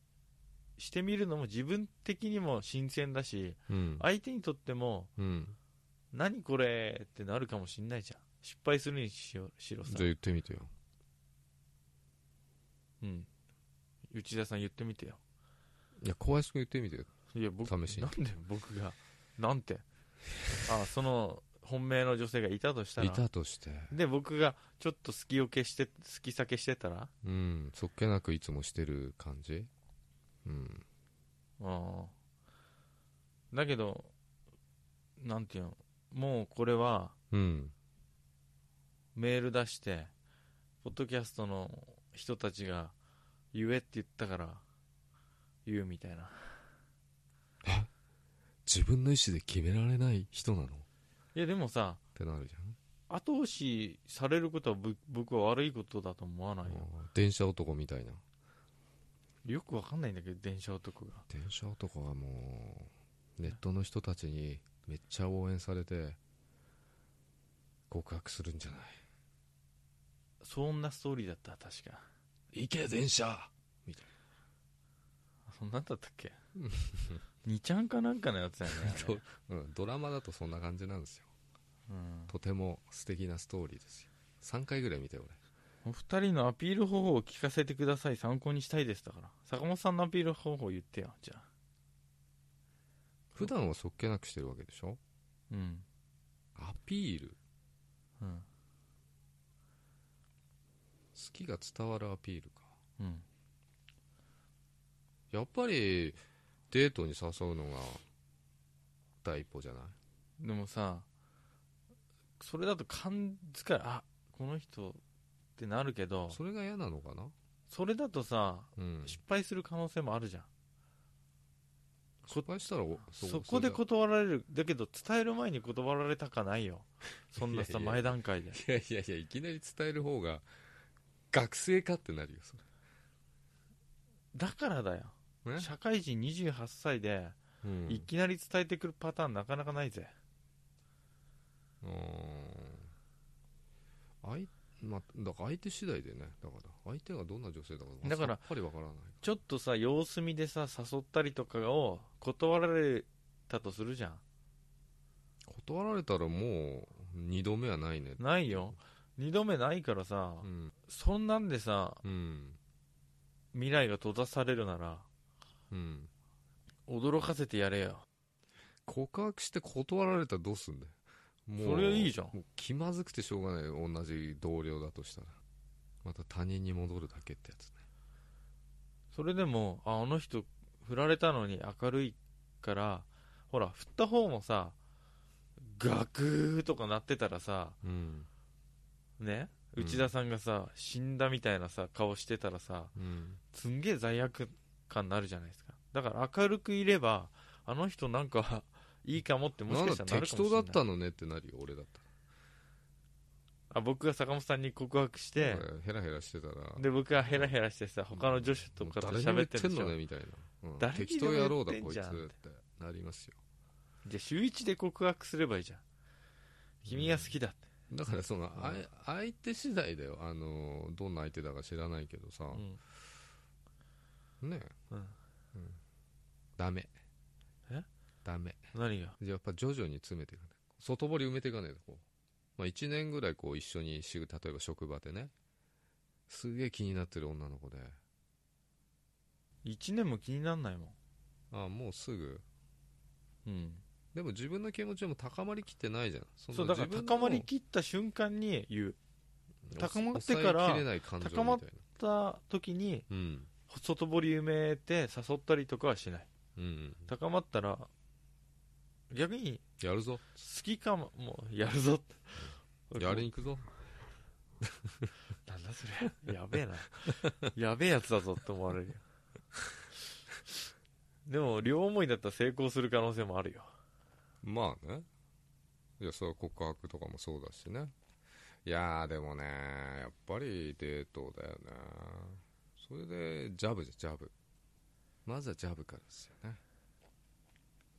[SPEAKER 1] してみるのも自分的にも新鮮だし
[SPEAKER 2] うん
[SPEAKER 1] 相手にとっても
[SPEAKER 2] うん
[SPEAKER 1] 何これってなるかもしんないじゃん失敗するにしろしろ
[SPEAKER 2] じ
[SPEAKER 1] さ
[SPEAKER 2] ゃあ、言ってみてよ
[SPEAKER 1] うん、内田さん言ってみてよ
[SPEAKER 2] いや小林君言ってみてよ
[SPEAKER 1] いや僕
[SPEAKER 2] 試しに
[SPEAKER 1] なんで僕がなんてあその本命の女性がいたとしたら
[SPEAKER 2] いたとして
[SPEAKER 1] で僕がちょっと隙を消して隙避けしてたら
[SPEAKER 2] うんそっけなくいつもしてる感じうん
[SPEAKER 1] うんだけどなんていうのもうこれは
[SPEAKER 2] うん
[SPEAKER 1] メール出してポッドキャストの人たちが言えって言ったから言うみたいな
[SPEAKER 2] 自分の意思で決められない人なのっ
[SPEAKER 1] いやでもさ
[SPEAKER 2] てなるじゃ
[SPEAKER 1] 後押しされることはぶ僕は悪いことだと思わない
[SPEAKER 2] ん、
[SPEAKER 1] よ、
[SPEAKER 2] うん電車男みたいな
[SPEAKER 1] よくわかんないんだけど電車男が
[SPEAKER 2] 電車男はもうネットの人たちにめっちゃ応援されて告白するんじゃない
[SPEAKER 1] そんなストーリーだった確か
[SPEAKER 2] 行け電車
[SPEAKER 1] あそんなんだったっけ二ちゃんかなんかのやつやねあ *laughs*
[SPEAKER 2] そ
[SPEAKER 1] れ
[SPEAKER 2] う、うん、ドラマだとそんな感じなんですよ
[SPEAKER 1] うん
[SPEAKER 2] とても素敵なストーリーですよ3回ぐらい見て俺
[SPEAKER 1] お二人のアピール方法を聞かせてください参考にしたいですだから坂本さんのアピール方法を言ってよじゃあ
[SPEAKER 2] 普段はそっけなくしてるわけでしょ
[SPEAKER 1] うん
[SPEAKER 2] アピール好
[SPEAKER 1] うん
[SPEAKER 2] きが伝わるアピールか
[SPEAKER 1] うん
[SPEAKER 2] やっぱりデートに誘うのが第一歩じゃない
[SPEAKER 1] でもさそれだと勘使いあこの人ってなるけど
[SPEAKER 2] それが嫌なのかな
[SPEAKER 1] それだとさ
[SPEAKER 2] うん
[SPEAKER 1] 失敗する可能性もあるじゃん
[SPEAKER 2] 失敗したらお
[SPEAKER 1] そうこで
[SPEAKER 2] れが
[SPEAKER 1] 断られるだけど伝える前に断られたかない *laughs* よそんなさ
[SPEAKER 2] いやいや
[SPEAKER 1] 前段階で
[SPEAKER 2] いやいやいやいきなり伝える方が学生かってなるよそ
[SPEAKER 1] だからだよ
[SPEAKER 2] れね
[SPEAKER 1] 社会人28歳で
[SPEAKER 2] うん
[SPEAKER 1] いきなり伝えてくるパターンなかなかないぜ
[SPEAKER 2] うーんあい、まあ、だから相手次第でねだから相手がどんな女性だか
[SPEAKER 1] だから
[SPEAKER 2] さっぱりわからない
[SPEAKER 1] ちょっとさ様子見でさ誘ったりとかを断られたとするじゃん
[SPEAKER 2] 断られたらもう二度目はないね
[SPEAKER 1] ないよ2度目ないからさ、
[SPEAKER 2] うん
[SPEAKER 1] そんなんでさ
[SPEAKER 2] うん
[SPEAKER 1] 未来が閉ざされるなら
[SPEAKER 2] うん
[SPEAKER 1] 驚かせてやれよ
[SPEAKER 2] 告白して断られたらどうすんだよも
[SPEAKER 1] それいいじゃん
[SPEAKER 2] もう気まずくてしょうがないよ同じ同僚だとしたらまた他人に戻るだけってやつね
[SPEAKER 1] それでもああの人振られたのに明るいからほら振った方もさガクーとかなってたらさ
[SPEAKER 2] うん
[SPEAKER 1] ね
[SPEAKER 2] うん
[SPEAKER 1] 内田さんがさ、死んだみたいなさ顔してたらさ
[SPEAKER 2] うん
[SPEAKER 1] すんげえ罪悪感になるじゃないですかだから明るくいればあの人なんか *laughs* いいかもってもし
[SPEAKER 2] な
[SPEAKER 1] か
[SPEAKER 2] んだ
[SPEAKER 1] したらなる
[SPEAKER 2] 適
[SPEAKER 1] かもし
[SPEAKER 2] 当
[SPEAKER 1] れ
[SPEAKER 2] だっ
[SPEAKER 1] ない
[SPEAKER 2] たのねってなるよ俺だった
[SPEAKER 1] あ僕が坂本さんに告白して
[SPEAKER 2] らヘラヘラしてたら
[SPEAKER 1] で僕がヘラヘラしてさ他の女子とかと喋ってるで
[SPEAKER 2] もう誰にも言ってん
[SPEAKER 1] しょ、
[SPEAKER 2] のねみたいな、うん
[SPEAKER 1] 誰に
[SPEAKER 2] 適当野郎だ
[SPEAKER 1] でも
[SPEAKER 2] こいつ
[SPEAKER 1] 言
[SPEAKER 2] っ
[SPEAKER 1] ってんじゃんって
[SPEAKER 2] なりますよ
[SPEAKER 1] じゃあ週一で告白すればいいじゃん君が好きだって、
[SPEAKER 2] だからその、あい相手次第だよあのどんな相手だか知らないけどさ、
[SPEAKER 1] うん
[SPEAKER 2] ね
[SPEAKER 1] うん
[SPEAKER 2] ダメ
[SPEAKER 1] え
[SPEAKER 2] ダメ
[SPEAKER 1] 何が
[SPEAKER 2] やっぱ徐々に詰めていかない外堀埋めていかないとこう、まあ、1年ぐらいこう一緒にし例えば職場でねすげえ気になってる女の子で
[SPEAKER 1] 1年も気になんないも
[SPEAKER 2] ああもうすぐ
[SPEAKER 1] ん、うん、
[SPEAKER 2] でも自分の気持ちも高まりきってないじゃんそんな
[SPEAKER 1] そうだから
[SPEAKER 2] 自分の
[SPEAKER 1] 高まりきった瞬間に言う高まって
[SPEAKER 2] 抑え
[SPEAKER 1] から
[SPEAKER 2] きれない感情みたい
[SPEAKER 1] 高まっ
[SPEAKER 2] な
[SPEAKER 1] った時に
[SPEAKER 2] うん
[SPEAKER 1] 外堀埋めて誘ったりとかはしない
[SPEAKER 2] うん
[SPEAKER 1] 高まったら逆に
[SPEAKER 2] やるぞ
[SPEAKER 1] 好きかももうやるぞって
[SPEAKER 2] やりに行くぞ
[SPEAKER 1] なんだそれやべえなやべえやつだぞって思われるよでも両思いだったら成功する可能性もあるよ
[SPEAKER 2] まあねいやそれは告白とかもそうだしねいやーでもねやっぱりデートだよねそれでジャブじゃジャブまずはジャブからですよね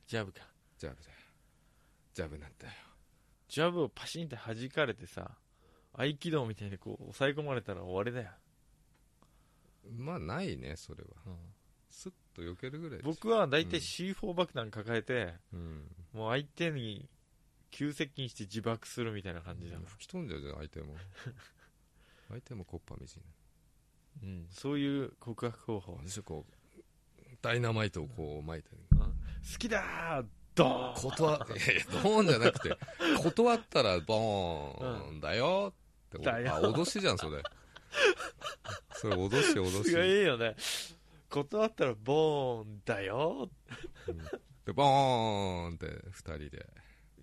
[SPEAKER 1] ジャブか
[SPEAKER 2] ジャブだよジャブなんだよ
[SPEAKER 1] ジャブをパシンって弾かれてさ合気道みたいにこう抑え込まれたら終わりだよ、
[SPEAKER 2] まあないねそれはスッと避けるぐらいですよ
[SPEAKER 1] 僕は大体
[SPEAKER 2] うん
[SPEAKER 1] C4 爆弾抱えて、
[SPEAKER 2] うん
[SPEAKER 1] もう相手に急接近して自爆するみたいな感じだから、
[SPEAKER 2] 吹き飛んじゃうじゃん相手も相手もコッパみじん
[SPEAKER 1] うんそういう告白方法、
[SPEAKER 2] 私はこうダイナマイトをこう巻いて
[SPEAKER 1] 好きだードーン
[SPEAKER 2] 断っいやいやドーンじゃなくて断ったらボーンだよって、
[SPEAKER 1] だよ
[SPEAKER 2] あ脅しじゃんそれそれ脅し脅
[SPEAKER 1] すご
[SPEAKER 2] し
[SPEAKER 1] いよね断ったらボーンだよ
[SPEAKER 2] でボーンって二人で、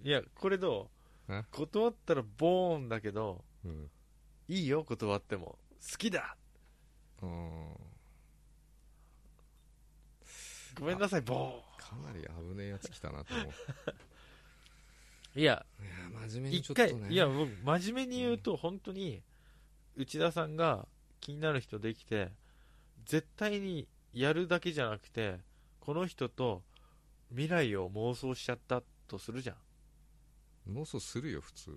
[SPEAKER 1] いやこれどう
[SPEAKER 2] え
[SPEAKER 1] 断ったらボーンだけど
[SPEAKER 2] うん
[SPEAKER 1] いいよ断っても好きだ
[SPEAKER 2] うん
[SPEAKER 1] ごめんなさいボ
[SPEAKER 2] かなり危ねえやつ来たなと思う
[SPEAKER 1] ーンいや
[SPEAKER 2] いや真面目にちょ
[SPEAKER 1] 一
[SPEAKER 2] っと
[SPEAKER 1] 回、
[SPEAKER 2] ね
[SPEAKER 1] いや僕真面目に言うと本当に内田さんが気になる人できて絶対にやるだけじゃなくてこの人と未来を妄想しちゃったとするじゃん
[SPEAKER 2] 妄想するよ普通は、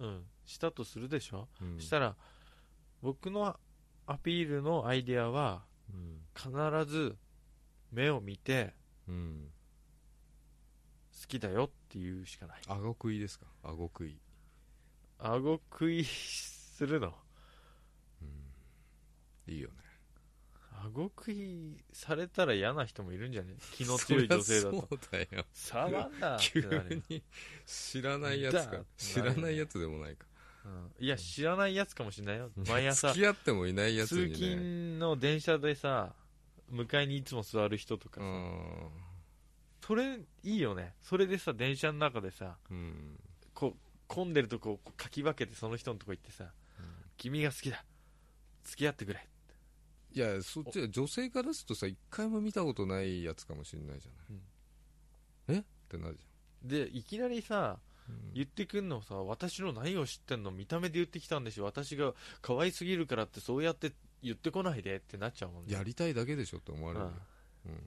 [SPEAKER 1] うんしたとするでしょ、
[SPEAKER 2] うん
[SPEAKER 1] したら僕のアピールのアイデアは
[SPEAKER 2] うん
[SPEAKER 1] 必ず目を見て
[SPEAKER 2] うん
[SPEAKER 1] 好きだよって言うしかない
[SPEAKER 2] 顎食いですか顎食い、
[SPEAKER 1] 顎食いするの
[SPEAKER 2] うん、いいよね
[SPEAKER 1] 顎食いされたら嫌な人もいるんじゃね気の強い女性だと
[SPEAKER 2] そりゃそうだよ
[SPEAKER 1] 触んなって
[SPEAKER 2] 急
[SPEAKER 1] なるよ、
[SPEAKER 2] に知らないやつ
[SPEAKER 1] だ
[SPEAKER 2] か知らないやつでもないか
[SPEAKER 1] うん、いや知らないやつかもしれないよ毎朝
[SPEAKER 2] 付き合ってもいないやつ
[SPEAKER 1] 通
[SPEAKER 2] にね
[SPEAKER 1] 勤の電車でさ向かいにいつも座る人とか
[SPEAKER 2] う
[SPEAKER 1] さ、
[SPEAKER 2] ん
[SPEAKER 1] それいいよねそれでさ電車の中でさ
[SPEAKER 2] うん
[SPEAKER 1] こう混んでるとこをこうかき分けてその人のとこ行ってさ、君が好きだ付き合ってくれ
[SPEAKER 2] いやそっちは女性からするとさ一回も見たことないやつかもしれないじゃない、えってなるじ
[SPEAKER 1] でいきなりさ
[SPEAKER 2] ゃん、うん
[SPEAKER 1] 言ってくんのさ私の何を知ってんの見た目で言ってきたんでしょ私が可愛すぎるからってそうやって言ってこないでってなっちゃうもんね
[SPEAKER 2] やりたいだけでしょって思われるよ、
[SPEAKER 1] うん
[SPEAKER 2] うん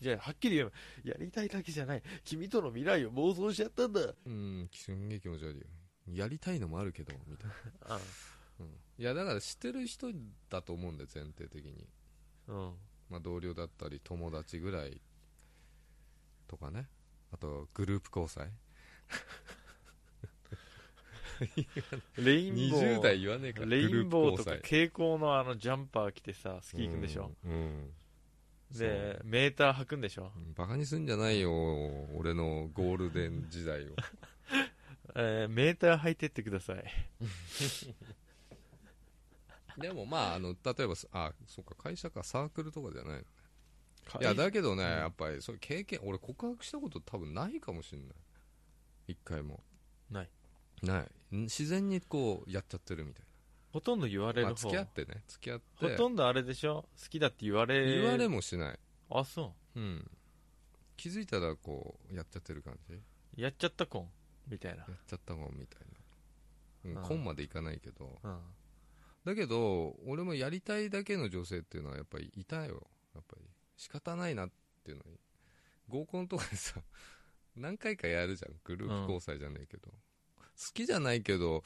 [SPEAKER 1] じゃあはっきり言えばやりたいだけじゃない君との未来を妄想しちゃったんだ
[SPEAKER 2] うん、すんげえ気持ち悪いよやりたいのもあるけどみたいな、うん、いやだから知ってる人だと思うんだよ前提的に
[SPEAKER 1] うん
[SPEAKER 2] まあ、同僚だったり友達ぐらいとかねあとグループ交際
[SPEAKER 1] レインボー
[SPEAKER 2] 20代言わねえから
[SPEAKER 1] レインボーと
[SPEAKER 2] グ
[SPEAKER 1] か
[SPEAKER 2] ループ
[SPEAKER 1] 蛍光のあのジャンパー着てさスキー行くんでしょ、
[SPEAKER 2] うん、うん
[SPEAKER 1] でメーター履くんでしょ、
[SPEAKER 2] バカにすんじゃないよ俺のゴールデン
[SPEAKER 1] *laughs*
[SPEAKER 2] 時代を
[SPEAKER 1] えーメーター履いてってください
[SPEAKER 2] でもまああの例えばあそうか会社かサークルとかじゃないのいやだけどね、
[SPEAKER 1] うん
[SPEAKER 2] やっぱりそういう経験俺告白したこと多分ないかもしんない一回も
[SPEAKER 1] ない
[SPEAKER 2] ないん自然にこうやっちゃってるみたい
[SPEAKER 1] ほとんど言われ
[SPEAKER 2] な、
[SPEAKER 1] る
[SPEAKER 2] まあ、
[SPEAKER 1] 方、
[SPEAKER 2] 付き合ってね付き合っ
[SPEAKER 1] ほ
[SPEAKER 2] て
[SPEAKER 1] とんどあれでしょ好きだって言われ
[SPEAKER 2] 言われもしない
[SPEAKER 1] あそ
[SPEAKER 2] うん、気づいたらこうやっちゃってる感じや
[SPEAKER 1] うやっちゃったこんみたいな
[SPEAKER 2] っちゃったもんみたいな、
[SPEAKER 1] う
[SPEAKER 2] うんん、コンまでいかないけど
[SPEAKER 1] うん
[SPEAKER 2] だけど俺もやりたいだけの女性っていうのはやっぱりいたよやっぱり仕方ないなっていうのに合コンとかでさ *laughs* 何回かやるじゃんグループ交際じゃねえけど、好きじゃないけど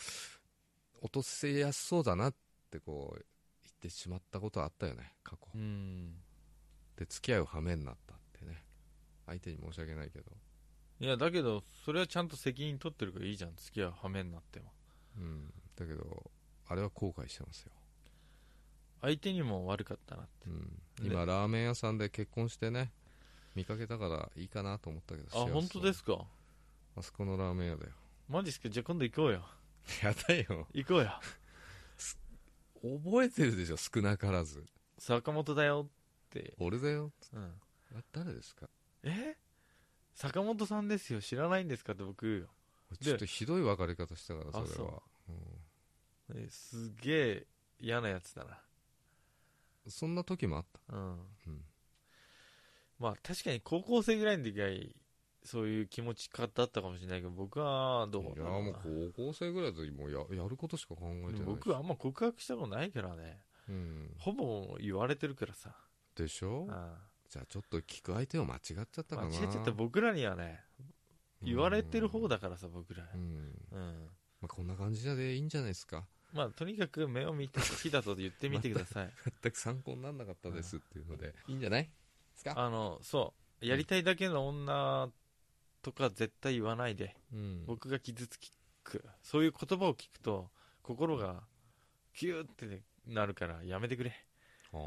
[SPEAKER 2] 落とせやすそうだなってこう言ってしまったことはあったよね過去
[SPEAKER 1] うん
[SPEAKER 2] で付き合う羽目になったってね相手に申し訳ないけど
[SPEAKER 1] いやだけどそれはちゃんと責任取ってるからいいじゃん付き合う羽目になっても
[SPEAKER 2] うん、だけどあれは後悔してますよ、
[SPEAKER 1] 相手にも悪かったなって
[SPEAKER 2] うん、
[SPEAKER 1] ね
[SPEAKER 2] 今ラーメン屋さんで結婚してね見かけたからいいかなと思ったけど
[SPEAKER 1] あ本当ですすか
[SPEAKER 2] あそこのラーメン屋だよ *laughs*
[SPEAKER 1] マジっすかじゃあ今度行こうよ
[SPEAKER 2] やだよ
[SPEAKER 1] 行こうよ
[SPEAKER 2] 覚えてるでしょ少なからず
[SPEAKER 1] 坂本だよって、
[SPEAKER 2] 俺だよ
[SPEAKER 1] うん、
[SPEAKER 2] あ誰ですか
[SPEAKER 1] え坂本さんですよ知らないんですかって僕言うよで
[SPEAKER 2] ちょっとひどい別れ方したから
[SPEAKER 1] あ
[SPEAKER 2] それはうん
[SPEAKER 1] えすげえ嫌なやつだ
[SPEAKER 2] そ,、んな時もあった
[SPEAKER 1] なうん、
[SPEAKER 2] うん
[SPEAKER 1] まあ確かに高校生ぐらいの時はそういう気持ちだったかもしれないけど僕はどう
[SPEAKER 2] いやもう高校生ぐらいだともうややることしか考えてないし
[SPEAKER 1] 僕はあんま告白したことないからね
[SPEAKER 2] うん、
[SPEAKER 1] ほぼ言われてるからさ、
[SPEAKER 2] でし
[SPEAKER 1] う
[SPEAKER 2] ょ
[SPEAKER 1] ん、
[SPEAKER 2] じゃあちょっと聞く相手を間違っちゃったか
[SPEAKER 1] 間
[SPEAKER 2] な
[SPEAKER 1] 違っちゃったら僕らにはね言われてる方だからさ僕ら
[SPEAKER 2] うん、うん
[SPEAKER 1] うん
[SPEAKER 2] まあ、こんな感じでいいんじゃないですか
[SPEAKER 1] まあとにかく目を見て好きだと言ってみてくだ
[SPEAKER 2] *laughs*
[SPEAKER 1] さい
[SPEAKER 2] 全く参考にならなかったですっていうのでいいんじゃないですか
[SPEAKER 1] あのそうやりたいだけの女とか絶対言わないで
[SPEAKER 2] うん
[SPEAKER 1] 僕が傷つくそういう言葉を聞くと心がキューってなるからやめてくれ
[SPEAKER 2] あー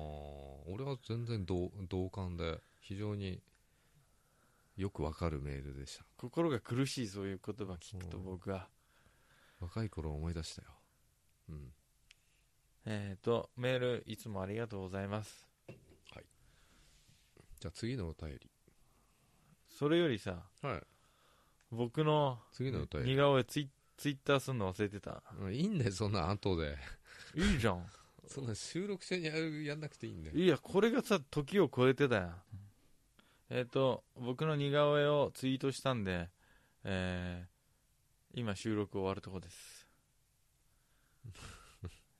[SPEAKER 2] 俺は全然同同感で非常によくわかるメールでした
[SPEAKER 1] 心が苦しいそういう言葉聞くと
[SPEAKER 2] うん
[SPEAKER 1] 僕は
[SPEAKER 2] 若い頃を思い出したようん
[SPEAKER 1] えっ、とメールいつもありがとうございます
[SPEAKER 2] じゃあ次のお便り
[SPEAKER 1] それよりさ
[SPEAKER 2] はい
[SPEAKER 1] 僕の
[SPEAKER 2] 次のお便
[SPEAKER 1] 似
[SPEAKER 2] り
[SPEAKER 1] 顔絵ツイツイッターするの忘れてた
[SPEAKER 2] うんいいんだよそんな後で *laughs*
[SPEAKER 1] いいじゃん
[SPEAKER 2] そんな収録中にやるやんなくていいんだよ
[SPEAKER 1] いやこれがさ時を超えてだよえっ、と僕の似顔絵をツイートしたんでえー今収録終わるとこです
[SPEAKER 2] *laughs*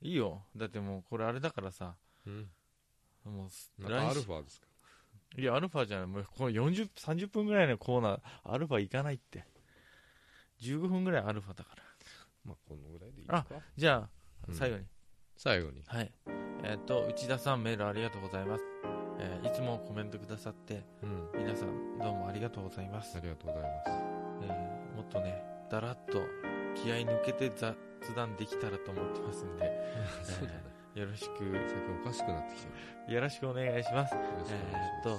[SPEAKER 1] いいよだってもうこれあれだからさ
[SPEAKER 2] うん
[SPEAKER 1] もう
[SPEAKER 2] なんか
[SPEAKER 1] 来
[SPEAKER 2] ア
[SPEAKER 1] 週
[SPEAKER 2] ルファですか
[SPEAKER 1] いや、アルファじゃない。もうこの40、30分ぐらいのコーナー、アルファ行かないって。15分ぐらいアルファだから。
[SPEAKER 2] まあこのぐらいでいいか
[SPEAKER 1] じゃ
[SPEAKER 2] う
[SPEAKER 1] あ、
[SPEAKER 2] ん
[SPEAKER 1] 最後に。
[SPEAKER 2] 最後に
[SPEAKER 1] はい。えーっ、と、内田さんメールありがとうございます。えーいつもコメントくださって、
[SPEAKER 2] うん
[SPEAKER 1] 皆さんどうもありがとうございます
[SPEAKER 2] あ。りがとうございま
[SPEAKER 1] えーもっとね、だらっと気合い抜けて雑談できたらと思ってますんで、
[SPEAKER 2] すそうだね
[SPEAKER 1] よろしく、
[SPEAKER 2] 最近おかしくなってきてる
[SPEAKER 1] よろしくお願いします。
[SPEAKER 2] よろしくお願いし
[SPEAKER 1] えーっ、と、
[SPEAKER 2] ま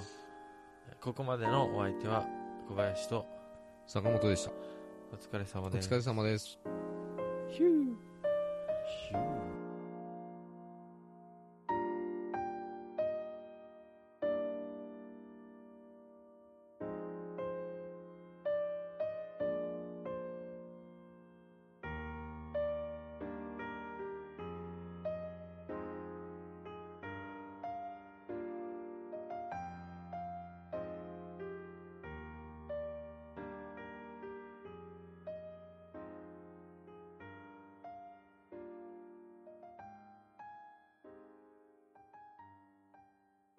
[SPEAKER 1] ここまでのお相手は小林と
[SPEAKER 2] す坂本でした
[SPEAKER 1] お疲れ様
[SPEAKER 2] お
[SPEAKER 1] です。
[SPEAKER 2] 疲れ様です
[SPEAKER 1] ヒュー